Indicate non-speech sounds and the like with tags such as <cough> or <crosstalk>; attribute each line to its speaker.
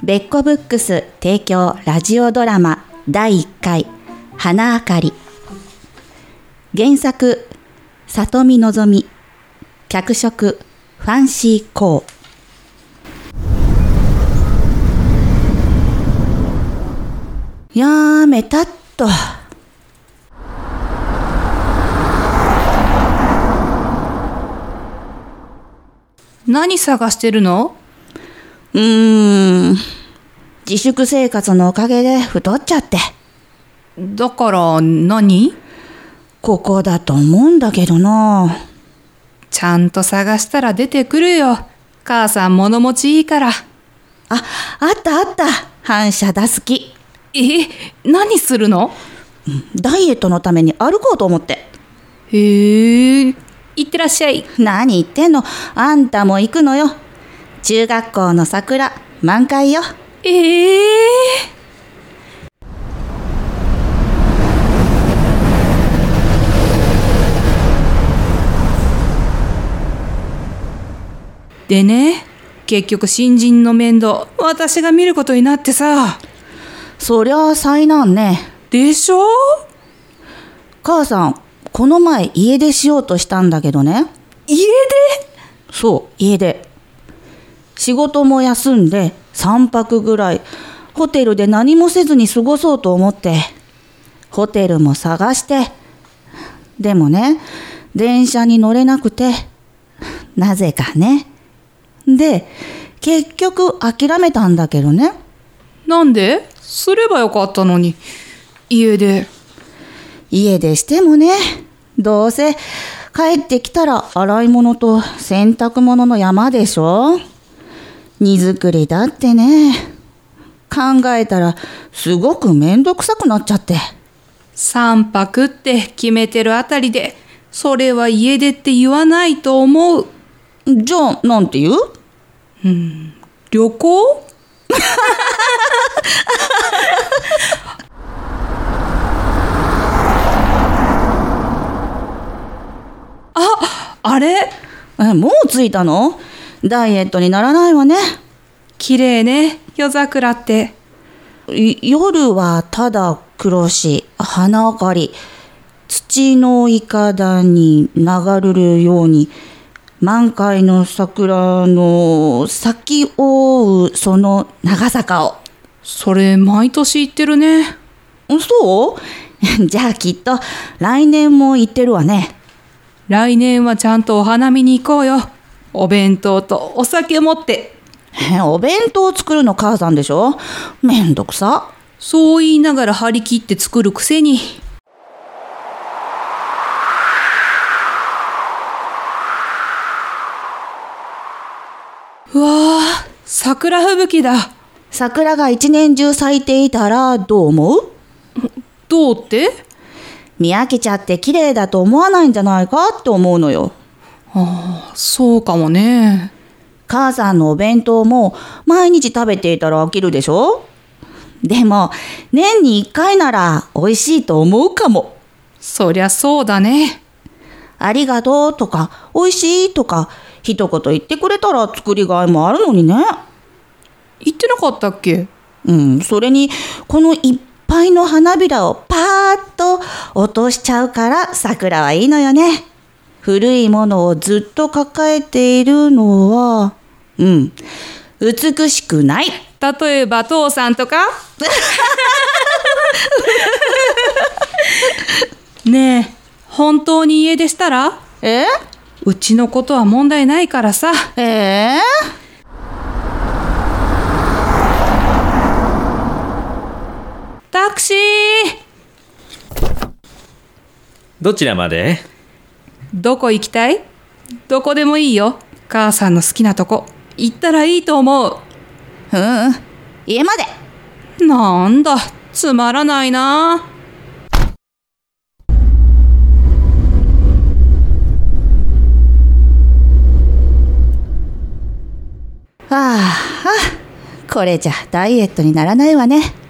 Speaker 1: 別個ブックス提供ラジオドラマ第1回花あかり原作里見のぞみ脚色ファンシーコーやめたっと
Speaker 2: 何探してるの
Speaker 1: うーん自粛生活のおかげで太っちゃって
Speaker 2: だから何
Speaker 1: ここだと思うんだけどな
Speaker 2: ちゃんと探したら出てくるよ。母さん物持ちいいから。
Speaker 1: ああったあった反射出す気
Speaker 2: え、何するの
Speaker 1: ダイエットのために歩こうと思って
Speaker 2: へえ。いってらっしゃい。
Speaker 1: 何言ってんのあんたも行くのよ中学校の桜満開よ
Speaker 2: ええでね、結局新人の面倒、私が見ることになってさ。
Speaker 1: そりゃ災難ね
Speaker 2: でしょ
Speaker 1: 母さんこの前家出しようとしたんだけどね
Speaker 2: 家で
Speaker 1: そう家出仕事も休んで3泊ぐらいホテルで何もせずに過ごそうと思ってホテルも探してでもね電車に乗れなくてなぜかねで結局諦めたんだけどね
Speaker 2: なんですればよかったのに。家で。
Speaker 1: 家でしてもねどうせ帰ってきたら洗い物と洗濯物の山でしょ荷造りだってね考えたらすごくめんどくさくなっちゃって
Speaker 2: 三泊って決めてるあたりで、それは家出って言わないと思う。
Speaker 1: じゃあなんて言う
Speaker 2: 旅行 <laughs> あ、あれ
Speaker 1: えもう着いたのダイエットにならないわね
Speaker 2: 綺麗ね、夜桜って。
Speaker 1: い夜はただ黒し花あかり土のいかだに流れるように満開の桜の咲き覆うその長さかを
Speaker 2: それ、毎年言ってるね。
Speaker 1: んそう <laughs> じゃあきっと来年も行ってるわね
Speaker 2: 来年はちゃんとお花見に行こうよ。お弁当とお酒持って。
Speaker 1: えお弁当作るの母さんでしょめんどくさ
Speaker 2: そう言いながら張り切って作るくせに。うわあ、桜吹雪だ。
Speaker 1: 桜が一年中咲いていたらどう思う
Speaker 2: どうって
Speaker 1: 見飽きちゃって綺麗だと思わないんじゃないかって思うのよ
Speaker 2: ああ、そうかもね。
Speaker 1: 母さんのお弁当も毎日食べていたら飽きるでしょでも年に1回なら美味しいと思うかも。
Speaker 2: そりゃそうだね。
Speaker 1: ありがとうとか美味しいとか一言言ってくれたら作りがいもあるのにね。
Speaker 2: 言ってなかったっけ
Speaker 1: うん、それにこのいっぱいの花びらをパーッと落としちゃうから桜はいいのよね。古いものをずっと抱えているのは、うん、美しくない。
Speaker 2: 例えば、父さんとか <laughs> ねえ、本当に家出したら
Speaker 1: え
Speaker 2: うちのことは問題ないからさ。
Speaker 1: ええ
Speaker 2: タクシー
Speaker 3: どちらまで
Speaker 2: どこ行きたいどこでもいいよ。母さんの好きなとこ。行ったらいいと思う。
Speaker 1: うん、家まで。
Speaker 2: なんだ、つまらないな。
Speaker 1: はあ、はあ、これじゃダイエットにならないわね。